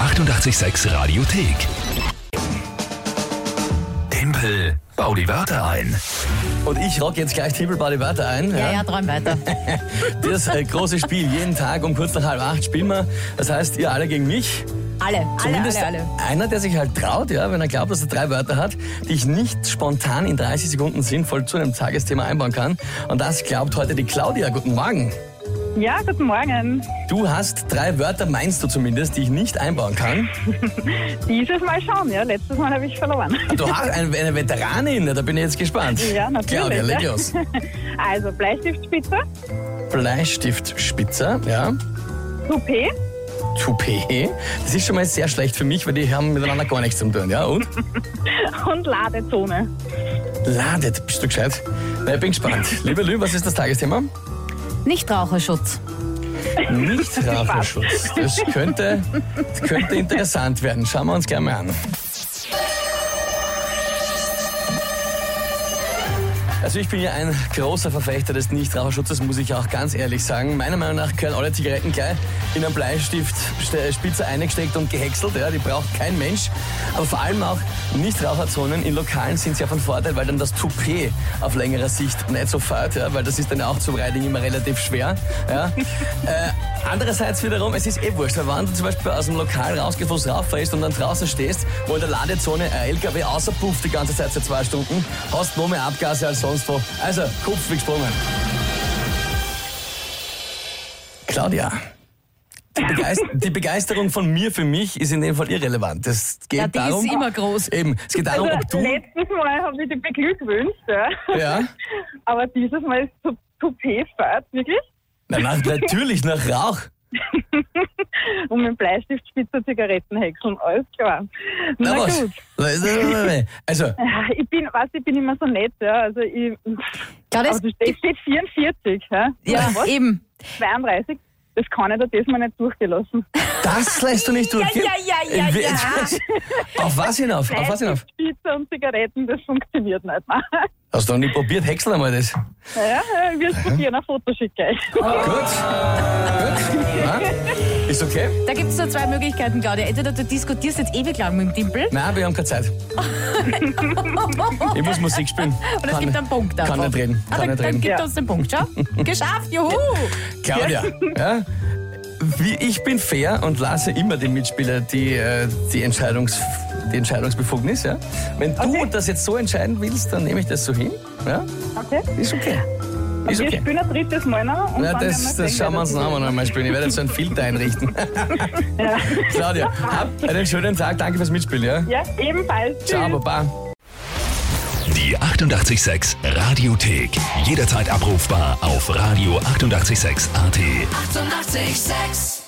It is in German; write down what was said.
886 Radiothek. Tempel, bau die Wörter ein. Und ich rock jetzt gleich Tippelbade Wörter ein. Ja, ja, träum weiter. Das äh, große Spiel, jeden Tag um kurz nach halb acht spielen wir. Das heißt, ihr alle gegen mich. Alle, alle, Zumindest alle, alle. einer, der sich halt traut, ja, wenn er glaubt, dass er drei Wörter hat, die ich nicht spontan in 30 Sekunden sinnvoll zu einem Tagesthema einbauen kann. Und das glaubt heute die Claudia. Guten Morgen. Ja, guten Morgen. Du hast drei Wörter, meinst du zumindest, die ich nicht einbauen kann. Dieses Mal schauen, ja. Letztes Mal habe ich verloren. Du hast eine, eine Veteranin, da bin ich jetzt gespannt. Ja, natürlich. Claudia, leg ja. los. Also Bleistiftspitze, Bleistiftspitzer, ja. Coupé, Toupet. Das ist schon mal sehr schlecht für mich, weil die haben miteinander gar nichts zu tun, ja? Und? und Ladezone. Ladet, bist du gescheit? Na, ich bin gespannt. Liebe Lü, was ist das Tagesthema? Nichtraucherschutz. Nichtraucherschutz. Das könnte, das könnte interessant werden. Schauen wir uns gerne mal an. Also ich bin ja ein großer Verfechter des Nichtraucherschutzes, muss ich auch ganz ehrlich sagen. Meiner Meinung nach gehören alle Zigaretten gleich in einen Bleistift ste- spitze eingesteckt und gehäckselt. Ja, die braucht kein Mensch. Aber vor allem auch Nichtraucherzonen in Lokalen sind sehr von Vorteil, weil dann das Toupet auf längerer Sicht nicht so fährt, äh, ja, weil das ist dann auch zum Riding immer relativ schwer. Ja. äh, andererseits wiederum, es ist eh wurscht, weil wenn du zum Beispiel aus dem Lokal rausgehst, wo es rauffällst und dann draußen stehst, wo in der Ladezone ein LKW außerpufft die ganze Zeit seit zwei Stunden, hast noch mehr Abgase als sonst wo. Also, Kopf wie gesprungen. Claudia. Die, Begeist die Begeisterung von mir für mich ist in dem Fall irrelevant. Es geht Ja, die ist darum, immer groß. Eben, es geht darum, Also ob du. letztes Mal habe ich dich beglückwünscht, ja. Ja. Aber dieses Mal ist Tou- Toupet fährt, wirklich. Na, na, natürlich nach Rauch. Und um mit Bleistiftspitze Zigaretten häckseln, alles klar. Na, Na was? gut. Also, Ja, Ich bin, was, ich bin immer so nett, ja. Also ich, Klar, das, also steht, steht 44, ja. ja, Was? eben. 32. Das kann ich da diesmal nicht durchgelassen. das lässt du nicht durch. ja, ja, ja, ja. Auf was hinauf? Auf was hinauf? Bleistiftspitze und Zigaretten, das funktioniert nicht. Mehr. Hast du noch nie probiert? Häcksel einmal das. Ja, ich will Äh, probieren, ein Foto schicken. Gut. Gut. Na, ist okay? Da gibt es nur zwei Möglichkeiten, Claudia. Entweder du diskutierst jetzt ewig lang mit dem Dimpel Nein, wir haben keine Zeit. Ich muss Musik spielen. und es gibt einen Punkt Kann davon. nicht reden. Ah, Kann dann, nicht dann reden. gibt Ja. uns den Punkt, schau. Geschafft, juhu. Claudia, ja? Wie, ich bin fair und lasse immer dem Mitspieler die, äh, die, Entscheidungs, die Entscheidungsbefugnis. Ja? Wenn du Okay. das jetzt so entscheiden willst, dann nehme ich das so hin. Ja? Okay? Ist okay. Ist Wir okay. spielen ein drittes Mal noch. Und Ja, dann werden wir das, das sehen, schauen wir wer uns nachher noch einmal spielen. Ich werde jetzt so ein Filter einrichten. Ja. Claudia, hab einen schönen Tag. Danke fürs Mitspielen. Ja? ja, ebenfalls. Ciao, Tschüss. Baba. Die 886 Radiothek. Jederzeit abrufbar auf radio886.at. 886! 886. 886